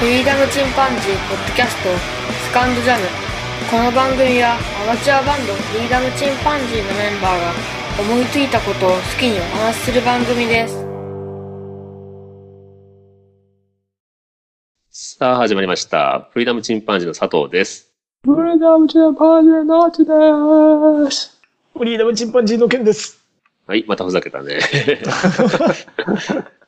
フリーダムチンパンジーポッドキャストスカンドジャムこの番組はアマチュアバンドフリーダムチンパンジーのメンバーが思いついたことを好きにお話しする番組ですさあ、始まりました。フリーダムチンパンジーの佐藤です。フリーダムチンパンジーのチです。フリーダムチンパンジーの件です。はい、またふざけたね。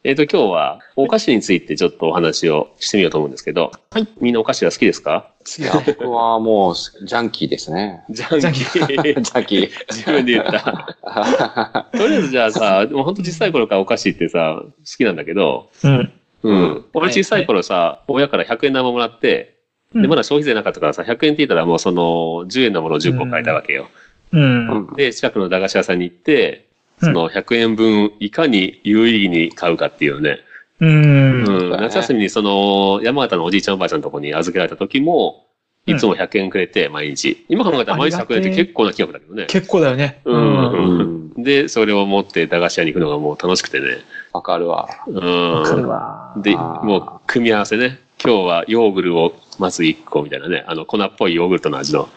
えっと、今日はお菓子についてちょっとお話をしてみようと思うんですけど、はいみんなお菓子は好きですか。いや、僕はもう、ジャンキーですね ジャンキジー。ャンキー。 自分で言った。とりあえずじゃあさ、もうほんと小さい頃からお菓子ってさ、好きなんだけど、うん。うん。俺小さい頃さ、親から100円玉もらって、で、まだ消費税なかったからさ、100円って言ったらもうその10円のものを10個買えたわけよ。うん。で、近くの駄菓子屋さんに行って、うんその100円分いかに有意義に買うかっていうね。う。うんん。そうだね夏休みにその山形のおじいちゃんおばあちゃんのとこに預けられた時も、いつも100円くれて、毎日。今考えたら毎日100円って結構な金額だけどね。結構だよね。うんう。ん。で、それを持って駄菓子屋に行くのがもう楽しくてね。わかるわ。うわん。で、あーもう組み合わせね。今日はヨーグルをまず1個みたいなね。あの、粉っぽいヨーグルトの味の、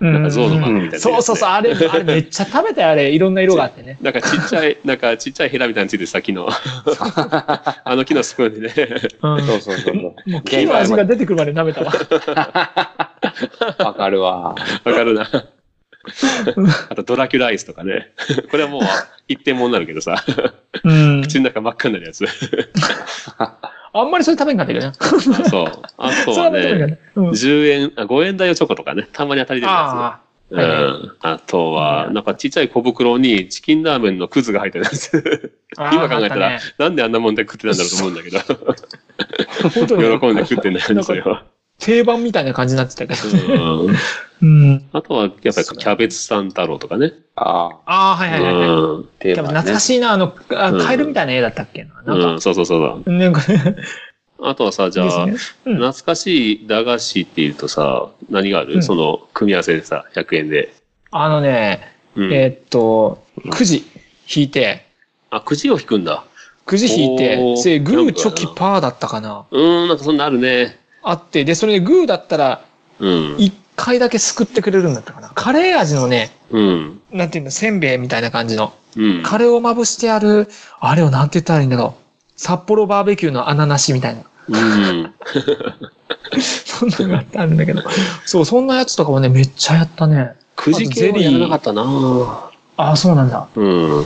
なんか象のマークみたいな、そうそうそう、あれ、あれめっちゃ食べたよ、あれ。いろんな色があってね。なんかちっちゃ い、なんかちっちゃいヘラみたいについてさ、木の。あの木のスプーンでね。うん。そうそうそうそもう、木の味が出てくるまで舐めたわ。う。わかるわ。わかるな。あとドラキュラアイスとかね。これはもう一点もになるけどさ。うん。口の中真っ赤になるやつ。あんまりそれ食べんかったけどね。そう。あとはそれ食べんかね、ったうん。 10円、あ5円台のチョコとかね。たまに当たり出るやあつ。うはいはいん。あとは、なんかちっちゃい小袋にチキンラーメンのクズが入ってるやつ。あ。ああ今考えたあらっ、なんであんなもんで食ってたんだろうと思うんだけど。たね本当に喜んで食ってんだよね、それは。定番みたいな感じになってたけど。うん。うん。あとは、やっぱりキャベツさん太郎とかね。ああ、ああ、はいはいはいはい。うん。でテーもマ懐ねか。しいな、あの、あうんカエルみたいな絵だったっけな。なんか、うん、そうそうそうそう。なんかね、あとはさ、じゃあ、ですねうん懐かしい駄菓子っていうとさ、何がある、うんその、組み合わせでさ、100円で。あのね、うん。えーっと、くじ引いて、あ、くじを引くんだ。くじ引いおて、ーで、グー、チョキ、パーだったかな。うーん、なんかそんなのあるね。あって、で、それでグーだったら、うん。一回だけすくってくれるんだったかな。カレー味のね、うん。なんていうの、せんべいみたいな感じの。うん。カレーをまぶしてある、あれをなんて言ったらいいんだろう。札幌バーベキューの穴なしみたいな。うん。そんなのがあったんだけど。そう、そんなやつとかもね、めっちゃやったね。くじ系はやらなかったなああ、そうなんだ。うん。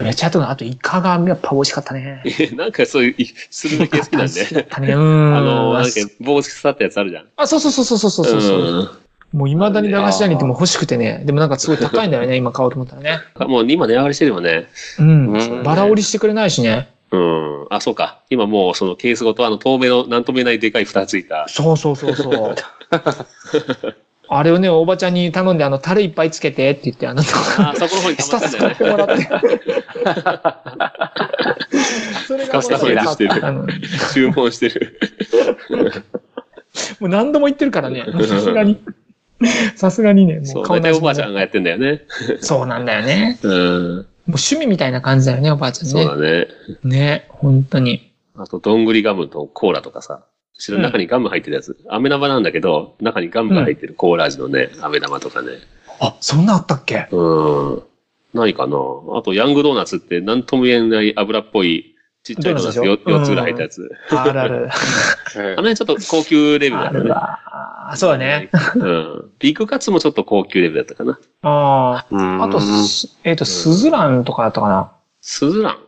めっちゃやったな。あと、イカがやっぱ美味しかっ たね。えなんかそういう、いスルメ系好きなんで。種 うあん。の、なんか棒刺さったやつあるじゃん。あ、そうそうそうそうそうそうそう。もう未だに駄菓子屋に行っても欲しくてね。でもなんかすごい高いんだよね、今買おうと思ったらね。うんもう今値上がりしてるよね。うん。うんバラ売りしてくれないしね。うん。あ、そうか。今もうそのケースごとあの透明の、なんとも言えないでかい蓋ついた。そうそうそうそう。あれをね、おばちゃんに頼んで、あの、タレいっぱいつけてって言って、あの、あ、そこの方に溜ま下ってんだ使よっねて。も らって。それがスタスタ入れしてるあのも注文してる。う何度も言ってるからね。さすがに。さすがにね、もそうう、顔大体なじおみばあちゃんがやってんだよね。そうなんだよね。うん。もう趣味みたいな感じだよね、おばあちゃんそうねだ。ね。ね、本当に。あと、どんぐりガムとコーラとかさ。知らうんん中にガム入ってるやつ。飴玉なんだけど、中にガムが入ってるコーラ味のね、飴玉とかね。あ、そんなあったっけうん。何かなあと、ヤングドーナツって何とも言えない油っぽい、ちっちゃいドーナツドーナよツでしょ4つぐらい入ったやつ。あるある。あの辺ちょっと高級レベルだあったるね。わ。そうだね。。うん。ビッグカツもちょっと高級レベルだったかな。あうんあ。あと、すえっ、と、スズランとかだったかスズラン。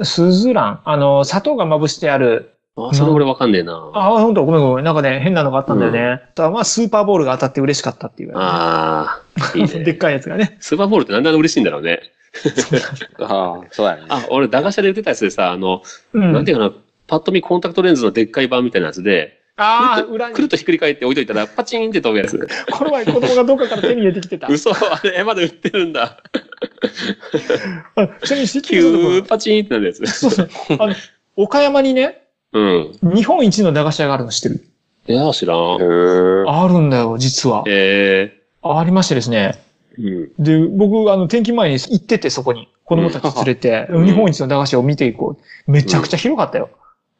な。スズラン。あの、砂糖がまぶしてある。あ、それ俺わかんねえな。あああ、ほんと、ごめんごめん。なんかね、変なのがあったんだよね。ただまあ、スーパーボールが当たって嬉しかったっていう、あー、いいね。 でっかいやつがね。スーパーボールってなんであんな嬉しいんだろうね。ああ、そうやね。あ、俺、駄菓子屋で売ってたやつでさ、あの、うん。なんていうかな、パッと見コンタクトレンズのでっかい版みたいなやつで、あくあ、るっと裏くるっに。とひっくり返って置いといたら、パチンって飛ぶ やつ。この前子供がどっかから手に入れてきてた。嘘、あれ、まだ売ってるん だ。あちなみに知ってキるューとこパチンってなるやつ。そうそう。あの、岡山にね、うん。日本一の駄菓子屋があるの知ってる。いや、知らん。へーあるんだよ、実は。えありましてですね。ー、うん。で、僕、あの、転勤前に行ってて、そこに。子供たち連れて、うん日本一の駄菓子を見ていこう。めちゃくちゃ広かったよ。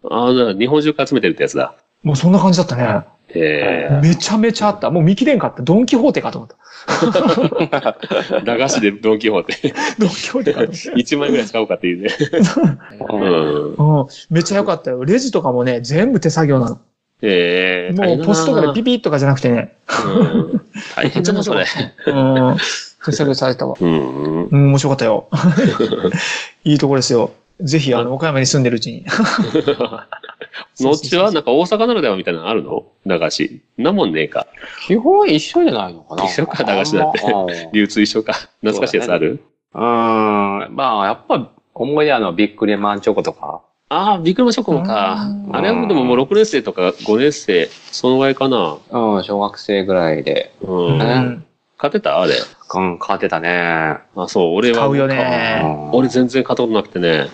ああ、だから日本中から集めてるってやつだ。もうそんな感じだったね。ええめちゃめちゃあった。もう見切れんかった。ドンキホーテかと思った。駄菓子でドンキホー テ。ドンキホーテかと思った。 1枚ぐらい使おうかっていうね。ううんん。うん。めっちゃ良かったよ。レジとかもね、全部手作業なの。ええもうポストとかでピピッとかじゃなくてね。うん大変じゃないそ れ。うん。手作業されたわ。うん。うん、面白かったよ。いいとこですよ。ぜひ、あの、岡山に住んでるうちに。のちは、なんか大阪ならではみたいなのあるの駄菓子。んなもんねえか。基本一緒じゃないのかな一緒か駄菓子だってて。流通一緒か。懐かしいやつあるうん。まあ、やっぱ、思い出あの、ビックリマンチョコとか。ああ、ビックリマンショコもかう。んあれはでももう6年生とか5年生、そのぐらいかな。うん、小学生ぐらいで。う。うんん。買ってたあれ。うん、買ってたね。あ、そう、俺は。買うようね。ん俺全然買ったことなくてね。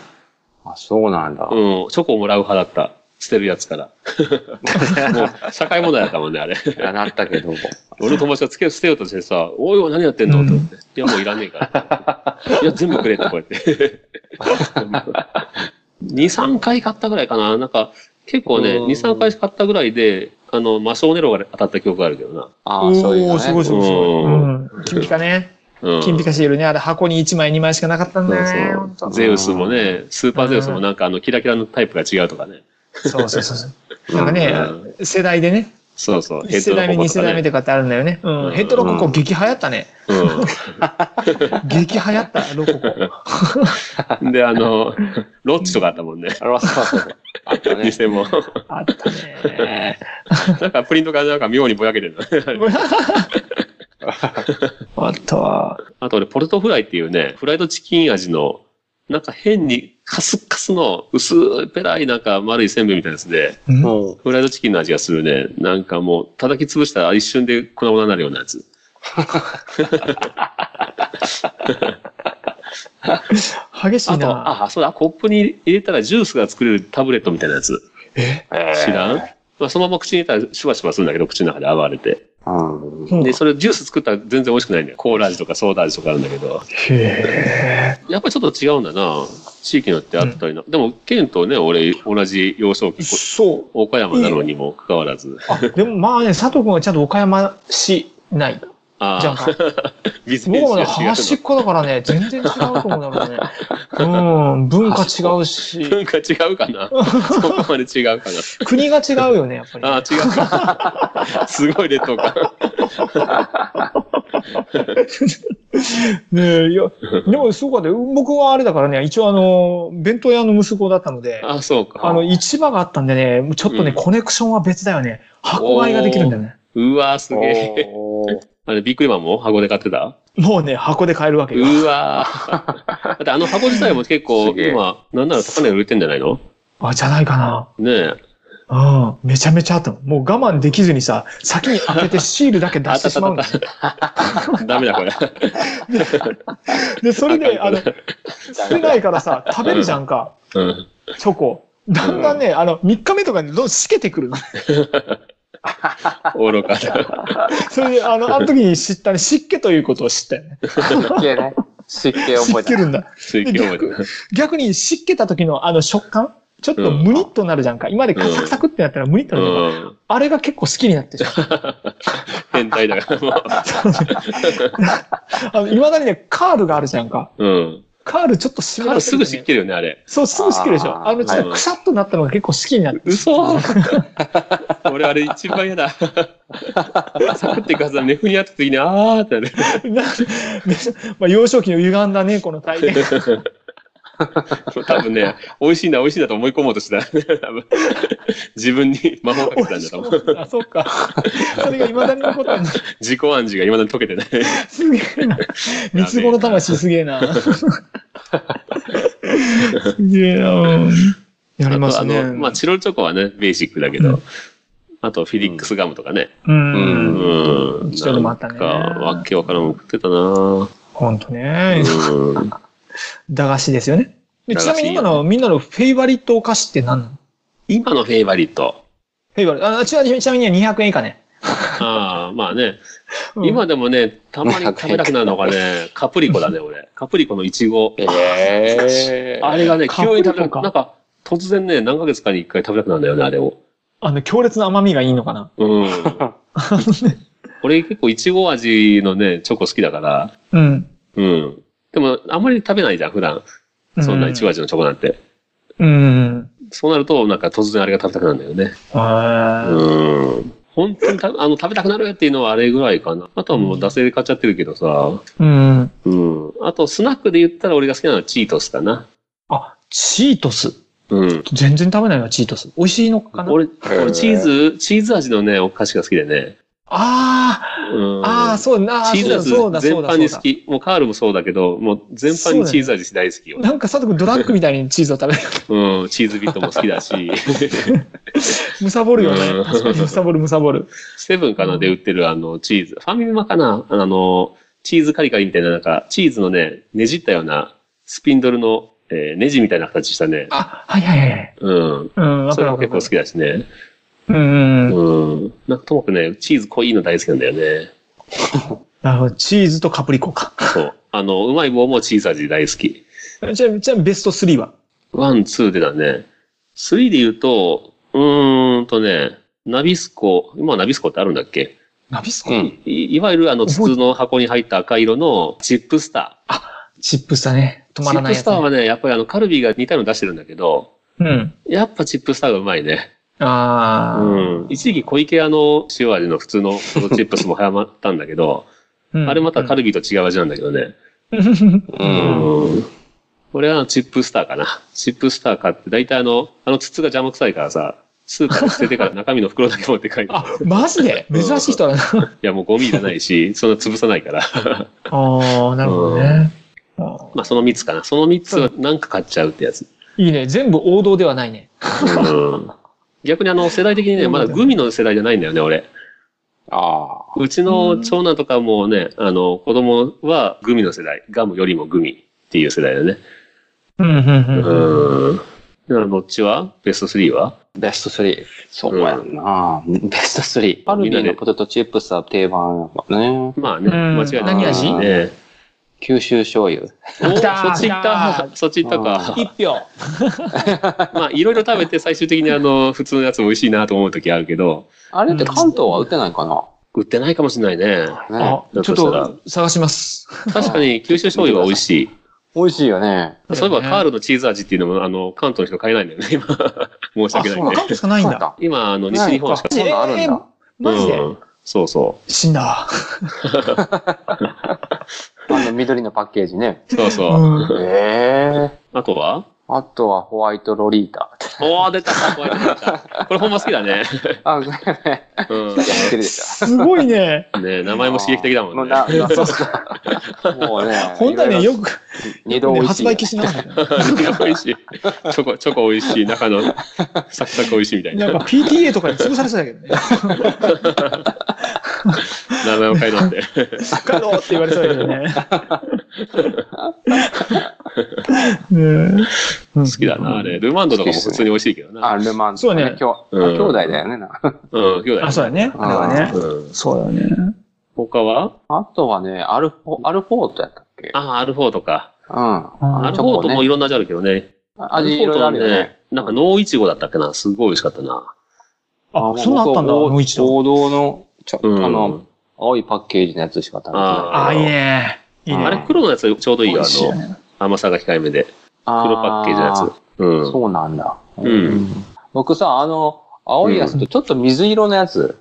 あ、そうなんだ。うん、チョコをもらう派だった。捨てるやつから。もう、社会問題だったもんね、あれ。あなったけど。俺の友達がつけ捨てようとしてさ、おいおい、何やってんの、うんと思って。いや、もういらねえから。いや、全部くれって、こうやって。2、3回買ったぐらいかな。なんか、結構ね、2、うん3回買ったぐらいで、あの、魔性ネロが当たった記憶があるけどな。あおあ、そういうのー、ね。すごいすごいすごい。ううん。金ピカね。うん。金ピカシールね。あれ箱に1枚2枚しかなかったんだよねそほんうとそう。。ゼウスもね、スーパーゼウスもなんかあの、キラキラのタイプが違うとかね。そうそうそうそう。なんかねう、世代でね。そうそう。 1世代目、ロゴ2とか世代目ね。とかってあるんだよね。う。うんんヘッドロココ激流行ったね。うん。激流行った、ロココ。で、あの、ロッチとかあったもんね。あれはそう。あった ね。店も。あったね。なんかプリントがなんか妙にぼやけてるな。あったわ。あと俺、ポルトフライっていうね、フライドチキン味の、なんか変にカスッカスの薄っぺらいなんか丸いせんべいみたいなやつで、うんもフライドチキンの味がするね。なんかもう、叩き潰したら一瞬で粉々になるようなやつ。激しいあと、な。あ、そうだ、コップに入れたらジュースが作れるタブレットみたいなやつ。えう、えー知らん、まあ、そのまま口に入れたらシュワシュワするんだけど、口の中で暴れて。うん。そうで、かそれジュース作ったら全然美味しくないんだよ。コーラ味とかソーダ味とかあるんだけど。へやっぱりちょっと違うんだな。地域によってあったりな。でも、県とね、俺、同じ幼少え。期、そう。岡山なのにもかかわらず。あ、でもまあね、佐藤君はちゃんと岡山市内じあゃんあ、か。ビジネ僕ス もね、が違う端っこだからね、全然違うと思うんだけど ね。うん、文化違うし、文化違うかなそこまで違うか国が違うよね、やっぱりね、なああ、違うか。 すごい劣等感。ねえ、いや、でもそうかで、僕はあれだからね、一応あの、弁当屋の息子だったので、あそうか。あの、市場があったんでね、ちょっとうね、んコネクションは別だよね。箱買いができるんだよね。うわーすげえ。おーあれ、ビックリマンも箱で買ってたもうね、箱で買えるわけよ。うわー だってあの箱自体も結構す、げえ今、なんなら高値で売れてんじゃないのあ、じゃないかねえ。な。うん。めちゃめちゃあったの。もう我慢できずにさ、先に開けてシールだけ出してしまうんだよね。ダメだこれ。で、それで、ああかんの、こ少ないからさ、食べるじゃんか、うん。チョコ。だんだんね、あの、3日目とかにどんしけてくるの。愚かだ。それで、あの、あの時に知ったね、湿気ということを知ったよね。湿気ね。湿気覚湿えた気。るんだ。水気覚えてる。逆に湿気た時のあの食感ちょっとうんムニッとなるじゃんか。今までカサカサクってなったらムニッとうなるじゃんか。ん。あれが結構好き になってしまう。変態だから。もあの、未だにね、カールがあるじゃんか。ううん。カールちょっと湿彼すぐ湿気るよね、あれ。そう、すぐ湿気るでしょ。あーあの、ちょっとくさっとなったのが結構好きになって。嘘俺あれ一番嫌だ。サクってかさ、寝ふにあった時に、あーってなる。 なめちゃまあ、幼少期の歪んだね、この体 験。多分ね、美味しいんだ、美味しいんだと思い込もうとした。多分自分に魔法をかけたんだと思う。 あ、そっか。それが未だに残ったんだ。自己暗示が未だに解けてない。すげえな。三つ子の魂すげえな。すげえな。うんやりますあとねあ。の、まあ、チロルチョコはね、ベーシックだけうど、あとフィリックスガムとかね。う。うんん。チロルもあったねなんか、わけわからんの食ってたなほんとね。 うん。駄菓子ですよね。で駄菓子ちなみに今のみんなのフェイバリットお菓子って何なの今のフェイバリット。フェイバリット。あちなみにちなみに200円以下ね。ああ、まあね。うん今でもね、たまに食べたくなるのがね、カプリコだね、俺。カプリコのイチゴ。ええあれがね、カプ急リにコ食べかたくなんか、突然ね、何ヶ月かに一回食べたくなるんだよね、あれを。あの、強烈な甘みがいいのかな。 うん。俺結構いちご味のね、チョコ好きだから。うん。うん。でも、あんまり食べないじゃん、普段。そんないちご味のチョコなんて。うん。そうなると、なんか突然あれが食べたくなるんだよね。あうん。本当にたあの食べたくなるっていうのはあれぐらいかな。あとはもう惰性で買っちゃってるけどさ。ーうん。うん。あと、スナックで言ったら俺が好きなのはチートスかな。あ、チートス。うん。全然食べないな、チートス。美味しいのかな俺、へー俺チーズ、チーズ味のね、お菓子が好きでね。あうあ、ん。ああ、そうな、あーチーズ味そうだ、全そうだ、般そうだ。にそ好うだき。もうカールもそうだけど、もう全般にチーズ味大好きよ。なんか佐藤君ドラッグみたいにチーズを食べる。 うん、チーズビットも好きだし、 むさぼるようね。ん確かにむさぼる、むさぼる。セブンかなで売ってるあのチーズ、ファミマかなあの、チーズカリカリみたいななんか、チーズのね、ねじったような、スピンドルの、えーネジみたいな形したね。あ、はいはいはい。うん。うん、わそかれもるわか結る。構好きだしね。うんうん。うん。なんかともくね、チーズ濃いの大好きなんだよね。なるほど。チーズとカプリコか。 そう。あの、うまい棒もチーズ味大好き。じゃあ、じゃあベスト3はワン、ツーでだね。スリーで言うと、うーんとね、ナビスコ、今ナビスコってあるんだっけナビスコ、うん。いいわゆるあの筒の箱に入った赤色のチップスタチップスだね。止ー。まチらッないプやスつ、ターね。はね、やっぱりあのカルビーが似たの出してるんだけど、うん。やっぱチップスターがうまいね。ああ、うん。一時期小池屋の塩味の普通のポテトチップスも流行ったんだけど、うんあれまたカルビーと違う味なんだけどね。う。うんん。俺はあのチップスターかな。チップスター買って、大体あの、あの筒が邪魔くさいからさ、スーパーに捨ててから中身の袋だけ持って帰る。 あ、マジで珍しい人だな。いやもうゴミじゃないし、そんな潰さないから。 ああ、なるほどね。あーまあその3つかな。その3つはなんか買っちゃうってやつ。いいね。全部王道ではないね。うん逆にあの、世代的にね、まだグミの世代じゃないんだよね、俺。あうちの長男とかもね、あの、子供はグミの世代。ガムよりもグミっていう世代だね。うん、うん、うん。うん。だからどっちはベスト3はあ。ベスト3。そうやんな、ベスト3。カルみビんなーでのポテトチップスは定番やからね。まあね、うん間違いない。何味ね九州醤油。お来たそっち行っ来たそっち行ったか。一票。 まあ、いろいろ食べて最終的にあの、普通のやつも美味しいなと思う時あるけど、あれって関東は売ってないかな、売ってないかもしれないね。ねあ、ちょっと探します。確かに九州醤油は美味しい。美味しいよね。そういえば、カールのチーズ味っていうのも、あの、関東の人買えないんだよね、今。 申し訳ないんであそうなの。関東しかないんそうやだ。った今、あの、西日本しか。えそんなんあるんだえーマジで、うんそうそ死んだ。あの緑のパッケージね。う。そうそう。 うん。ええあとはあとはホワイトロリータ。 おー、出た、怖い出た。これほんま好きだね。あ、ごめんね。う知ってるでしょ。すごいね。ん。ね名前も刺激的だもんね な。なそうもうね。本当はね、いろいよく、ろ二度美味し発い。売禁止になかったね。美味しい。チョコ、チョコ美味しい。中のサクサク美味しいみたい なな。んか PTA とかに潰されそうだけどね。名前を変えなって。可能って言われそうだけどね。ねえうん好きだな、あれ。ルマンドとかも普通に美味しいけどあ、な。ルマンド。そうねあ今日、うん兄弟だよね。なうん、兄弟。あ、そうだね。あれはね。うん。そうだね。他はあとはね、アルフォ、アルフォートやったっけああ、アルフォートか。うん。あアルフォートもいろんな味あるけどね。味いろいろあるよね。なんか、脳いちごだったっけな。すごい美味しかったな。あ、そうなったんだ、王もう一度。王道の、ちょ、あうんの、青いパッケージのやつしか食べてなあ、い。いいね。いいね。あれ、黒のやつちょうどいいよ。美味しいよあの、ね甘さが控えめで。あ黒パッケージのやつ。うん。そうなんだ。うん僕さ、あの、青いやつとちょっと水色のやつ。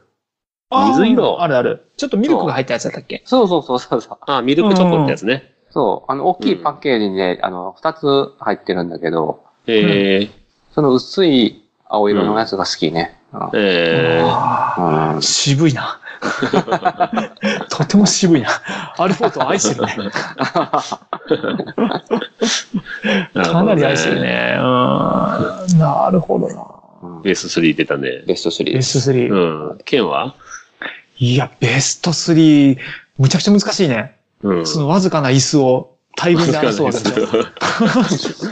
あ水色あるある。ちょっとミルクが入ったやつだったっけそうそうそうそうそう。あ、ミルクチョコってやつね。そう。あの、大きいパッケージにね、あの、二つ入ってるんだけど、えー、その薄い青色のやつが好きね。うんえー、あうんー渋いな。とても渋いな。アルフォートを愛してるね。るほどかなり愛してる。ね。うん。なるほどな。うんベース3出たね。ベスト3ベです。スト3。うん。剣はいや、ベスト3、むちゃくちゃ難しいね。うん。そのわずかな椅子を大群で争うわけじ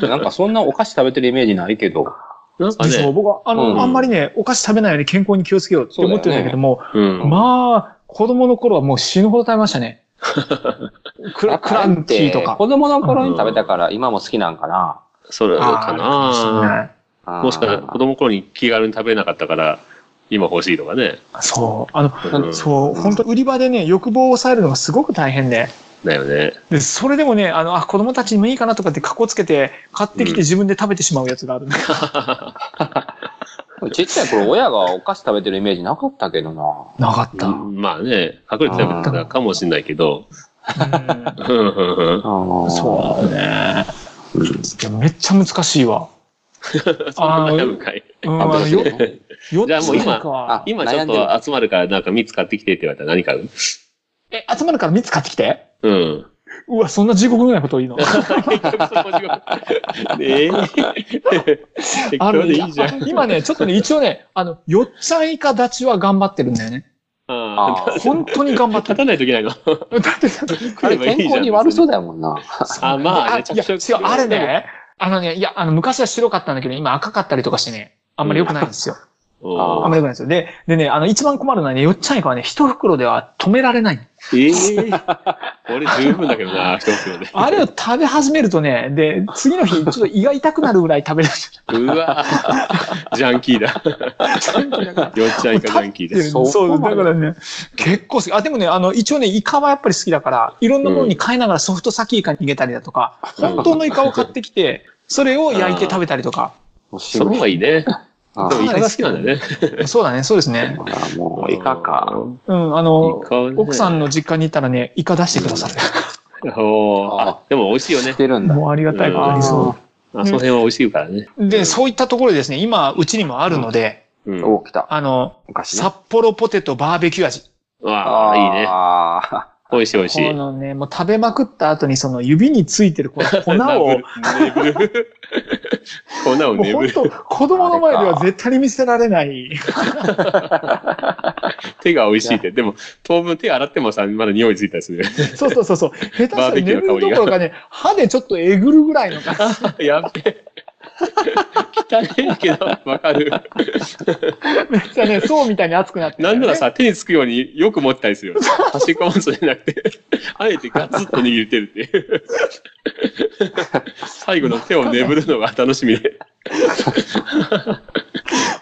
ゃん。なんかそんなお菓子食べてるイメージないけど。なんかそう、ね、僕は、あの、うんあんまりね、お菓子食べないように健康に気をつけようって思ってるんだけども、うん。まあ、子供の頃はもう死ぬほど食べまし たね。クラクランチーとか。子供の頃に食べたから今も好きなんかな。それかあーなあもしかしたら子供の頃に気軽に食べれなかったから、今欲しいとかね。そう。あの、うんそう、本当売り場でね、欲望を抑えるのがすごく大変で。だよね。で、それでもね、あの、あ、子供たちにもいいかなとかって格好つけて、買ってきて自分で食べてしまうやつがある。ちっちゃい頃親がお菓子食べてるイメージなかったけどな。なかった。まあね、隠れて食べてたかもしれないけど。ううんうんうんんそうだね。うん。いやめっちゃ難しいわ。そんな悩むかい。うん、ああどの、うしよよう、じゃあ4もつう目今か。 今ちょっと集まるからなんか3つ買ってきてって言われたら何買うえ、集まるから3つ買ってきて。うん。うわ、そんな地獄ぐらいことい いの結局そこ地獄ねえ。適あ当のでいいじゃん。いや今ね、ちょっとね、一応ね、あの、4ちゃん以下立ちは頑張ってるんだよね。ああ、本当に頑張って 立る。たないといけないの。だって、だってあれ健康に悪そうだもんな。あ、まあ、あ、めちゃいくや、ちゃ。違う、あれ。ね、あのね、いや、あの、昔は白かったんだけど、今赤かったりとかしてね、あんまり良くないんですよ。 あんあまり良くないんですよ。で、でね、あの、一番困るのはね、よっちゃん以下はね、一袋では止められない。ええ。俺十分だけどな、一袋で。あれを食べ始めるとね、で、次 の日、ちょっと胃が痛くなるぐらい食べる。うわジャンキーだ。よっちゃんいかジャンキーだ。 そうそこまだでからね、結構好き。あ、でもね、あの、一応ね、イカはやっぱり好きだから、いろんなものに変えながらソフト先イカに逃げたりだとか、うん本当のイカを買ってきて、それを焼いて食べたりと か。その方がいいね。であもイカが好きなんだよね。そうだね、そうですね。あもう、イカか。。うん、あの、イカはね奥さんの実家に行ったらね、イカ出してくださる。おーあ、でも美味しいよ知ねっ。てるんだ。もうありがたいことにそあその辺は美味しいからね。う。で、そういったところでですね、今、うちにもあるので、うん。お、来た。あの、昔ね。札幌ポテトバーベキュー味。ああ、いいね。あ美味しい美味しいこ。のね、もう食べまくった後にその指についてる この粉を、を。眠る。粉をもう眠本る。当子供の前では絶対に見せられない。手が美味しいって。でも、当分手洗ってもさ、まだ匂いついたりする。そうそうそうそう。下手したらバーベキュー眠のる香りどがころかね、歯でちょっとえぐるぐらいの感じ。やっべ。汚いけど、わかる。めっちゃ ね、そうみたいに熱くなって、なんなら、さ、手につくようによく持ってたりするよ。端っこ持つんじゃなくて、あえてガツッと握ってるっていう。最後の手を眠るのが楽しみで。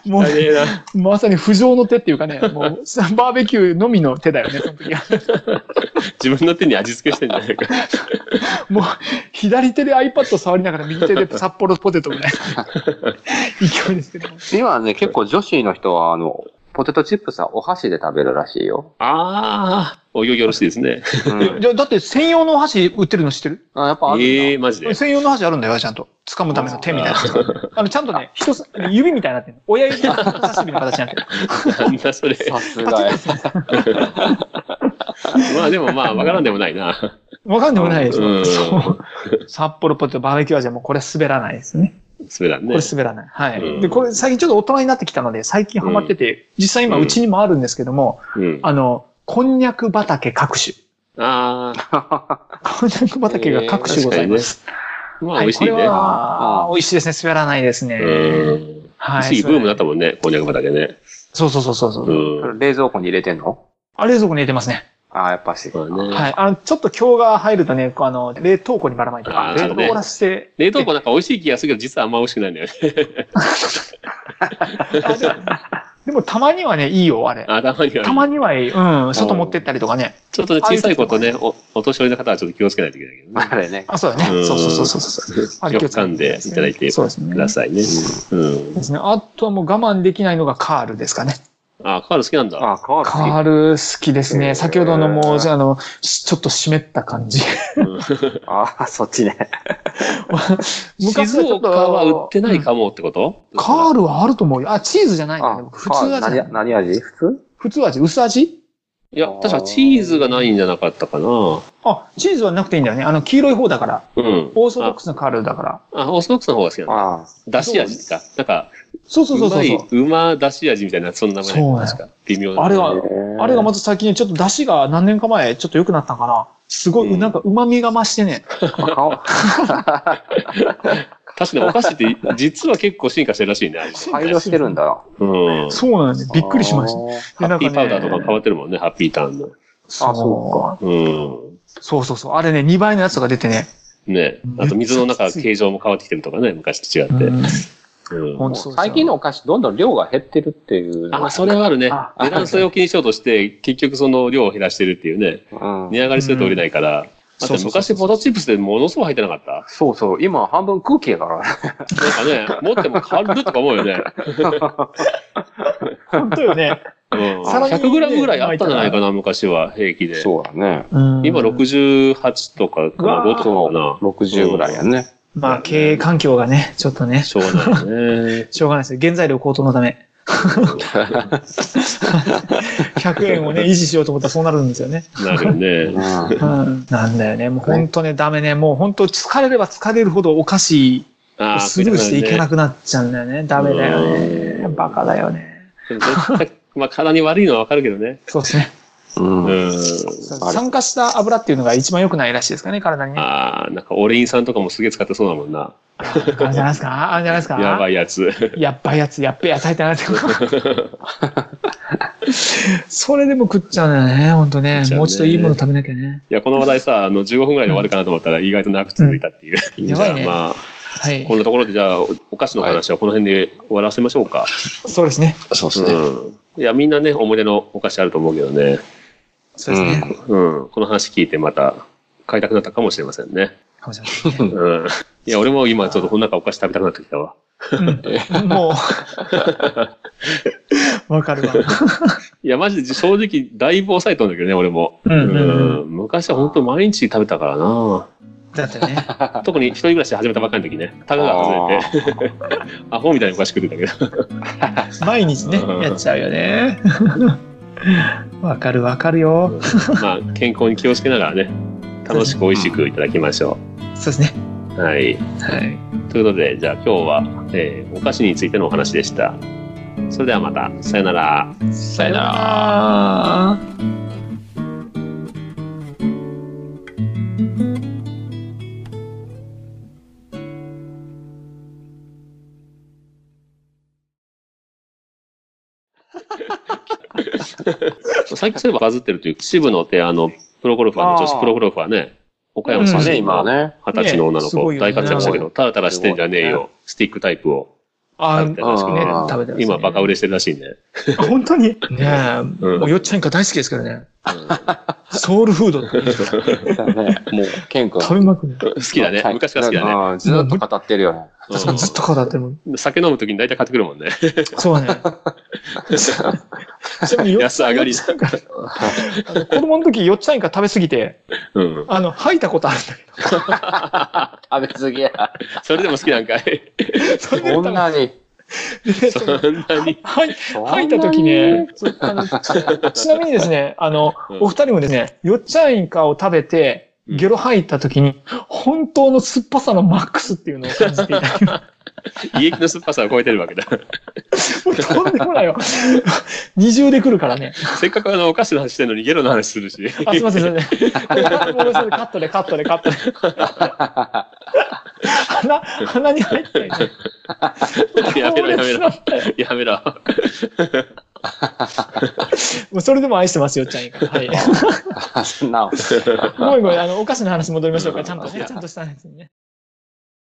も大変な。う、まさに不浄の手っていうかね、もう、さバーベキューのみの手だよね、その時は。自分の手に味付けしてんじゃないか。もう、左手で iPad 触りながら右手で札幌ポテトぐらい。勢いですけど。あ。今 ね、結構女子の人は、あの、ポテトチップスはお箸で食べるらしいよ。ああ、お行儀よろしいですね。うん。じゃあだって専用のお箸売ってるの知ってるあやっぱあるんだ。ええー、マジで。専用の箸あるんだよ、ちゃんと。掴むための手みたいな。あの、ちゃんとね、人さ、指みたいになってるの。親指の人差し指の形になってる。なんだそれ。さすがや。 まあでもまあ、わからんでもないな。わかんでもないでしうょ。んそう。札幌ポテトバーベキュー味はもうこれ滑らないですね。そうだこねれ。滑らない。はい。うんで、これ最近ちょっと大人になってきたので、最近ハマってて、実際今うちにもあるんですけども、うん。あの、こんにゃく畑各種。あこんにゃく畑が各種ございます。あ、まあはい美味しいね。これは、美味しいですね。滑らないですね。うん。はい。一時期ブームだったん。もんね、こんにゃく畑ね。そうそうそうそうそうう。ん。冷蔵庫に入れてんのあ、冷蔵庫に入れてますね。ああ、やっぱし。まあね。はい。あの、ちょっと今日が入るとね、こうあの、冷凍庫にばらまいて、ちょあーっと凍らせて。冷凍庫なんか美味しい気がするけど、実はあんま美味しくないんだよね。 あでもでもたまにはね、いいよ、あれ。あ、たまには。たまにはいい。うん、外持ってったりとかね。ちょっとね、小さい子とね、おお年寄りの方はちょっと気をつけないといけないけどね。あれね。あ、そうだねう。んそうそうそうそうそう。あれよく噛んでいただいてそうですね。くださいね。うんで。すね。あとはもう我慢できないのがカールですかね。あ、カール好きなんだ。ああ、変わる。カール好きですへね。ー先ほどのもう、じゃああの、しちょっと湿った感じ。ああ、そっちね。静岡は売ってない。かもってことカールはあると思うよ。あ、チーズじゃないんだねあ僕普通味何だ。何味普普通味薄味いや、確かチーズがないんじゃなかったかな。あ、チーズはなくていいんだよね。あの、黄色い方だから。うん。オーソドックスなカールだから。あ、オーソドックスの方が好きな通の。あだし味か。なんか、そうそうそううそまういそう。、うまだし味みたいな、そんな名前そうなの確か。微妙な。あれはあ。へーあれがまず最近ね、ちょっと出汁が何年か前、ちょっと良くなったんかな。すごい、うんなんか旨味が増してね。顔確かにお菓子って、実は結構進化してるらしいね。あれ配慮してるんだ。うん。そうなんですね。びっくりしました。ハた。ッピーパウダーとかもね変わってるもんね、ハッピーターンの。そうあそうん。そうそうそう。あれね、2倍のやつが出てね。ねあと水の中、形状も変わってきてるとかね、昔と違って。うんほんもうとそうそう最近のお菓子どんどん量が減ってるっていう。あ、それはあるねあ。値段それを気にしようとして、結局その量を減らしてるっていうね。うん値上がりすると売れないから。だって昔ポテトチップスでものすごい入ってなかったそうそう。今半分空気やから。なんかね、持っても変わるとか思うよ ね。本当よね。うん。さらにね 100g ぐらいあったんじゃないかな、昔は、平気で。そうだね。うん 今。68とかかな、うわー5とかか60ぐらいやね。まあ、経営環境がね、ちょっとねな。、しょうがないよね。しょうがないですよ。原材料高騰のた め。100円をね、維持しようと思ったらそうなるんですよね。なるよ ね。ううん。なんだよね。もう本当ね、ダメね。もう本当疲れれば疲れるほどお菓子あをースルーしていけなくなっちゃうんだよね。ダメだよね。うんバカだよね。絶対まあ、体に悪いのはわかるけどね。そうですね。んううん。ん。あれ酸化した油っていうのが一番良くないらしいですかね、体にね。ああ、なんかオレイン酸とかもすげえ使ってそうだもんな。あるんじゃないですかあるんじゃないですかやばいやつ。 やっばいやつ、やっべえやつ入ってないです かそれでも食っちゃうんだよね、ほんとね食っ。ちゃうねもうちょっといいもの食べなきゃね。いや、この話題さ、あの、15分ぐらいで終わるかなと思ったら、意外と長く続いたっていう。んじ やゃばあ、いねまあ、はいこ。んなところで、じゃあ、おお菓子の話はこの辺で終わらせましょうか。そうですね。そうですね。うん。いや、みんなね、思い出のお菓子あると思うけどね。そうですね。うん。この話聞いてまた、買いたくなったかもしれませんね。かもしれませんねうん。いや、俺も今、ちょっとこの中お菓子食べたくなってきたわ。うんもう、 わかるわ。いや、マジで正直、だいぶ抑えたんだけどね、俺も。うんうんうんうん昔は本当毎日食べたからなだってね。特に一人暮らし始めたばっかりの時ね、タガが外れて、 アホみたいにお菓子食ってたけど。 毎日ねうん、やっちゃうよね。わかるわかるよ。まあ、健康に気をつけながらね、楽しく美味しくいただきましょそうですね。う。はい。はい。ということで、じゃあ今日は、えーお菓子についてのお話でした。それではまた、さよなら。さよなら。最近そういえばバズってるという、渋野ってあの、プロゴルファーの女あ子ープロゴルファーね、岡山出そううんね、身今のね。二十歳の女のねす子、ごいよね大活躍したけど、タラタラしてんじゃねえすよ、スティックタイプを。あ食べてますねね、食べてますね今バカ売れしてるらしいね。本当にねえ、うんも うよっちゃんか大好きですけ どね。うソウルフードってだねもう、ケン君。食べまくる。ん好きだね。昔から好きだね。ね。うんずっと語ってるよね。確かにずっと語ってるもん。うん酒飲むときに大体買ってくるもんね。そう ね。ちなみによっ安上がり。あの子供の時、よっちゃんか食べすぎて、うん。あの、吐いたことあるんだ食べ過ぎや。それでも好きなんかい。けど、それでそんなに。で そそのんなに。はいそんな吐いた時ね、あのちちなみにですね、あのうん、お二人もですね、よっちゃんイカを食べて、ゲロ吐いた時に、本当の酸っぱさのマックスっていうのを感じていた。胃液の酸っぱさを超えてるわけだ。 もうとんでもないよ。二重で来るからね。せっかくあの、お菓子の話してるのにゲロの話するし。あ、すいません、すいま せん。ごめんなさいカットで、カットで、カットで。鼻、鼻に入ったよね。 やめろやめろ強烈だったよやめろ。もうそれでも愛してますよ、ちゃんいか。はい。 そんな。ごめんごめん、あの、お菓子の話戻りましょうか。ちゃんといやね、ちゃんとした話にね。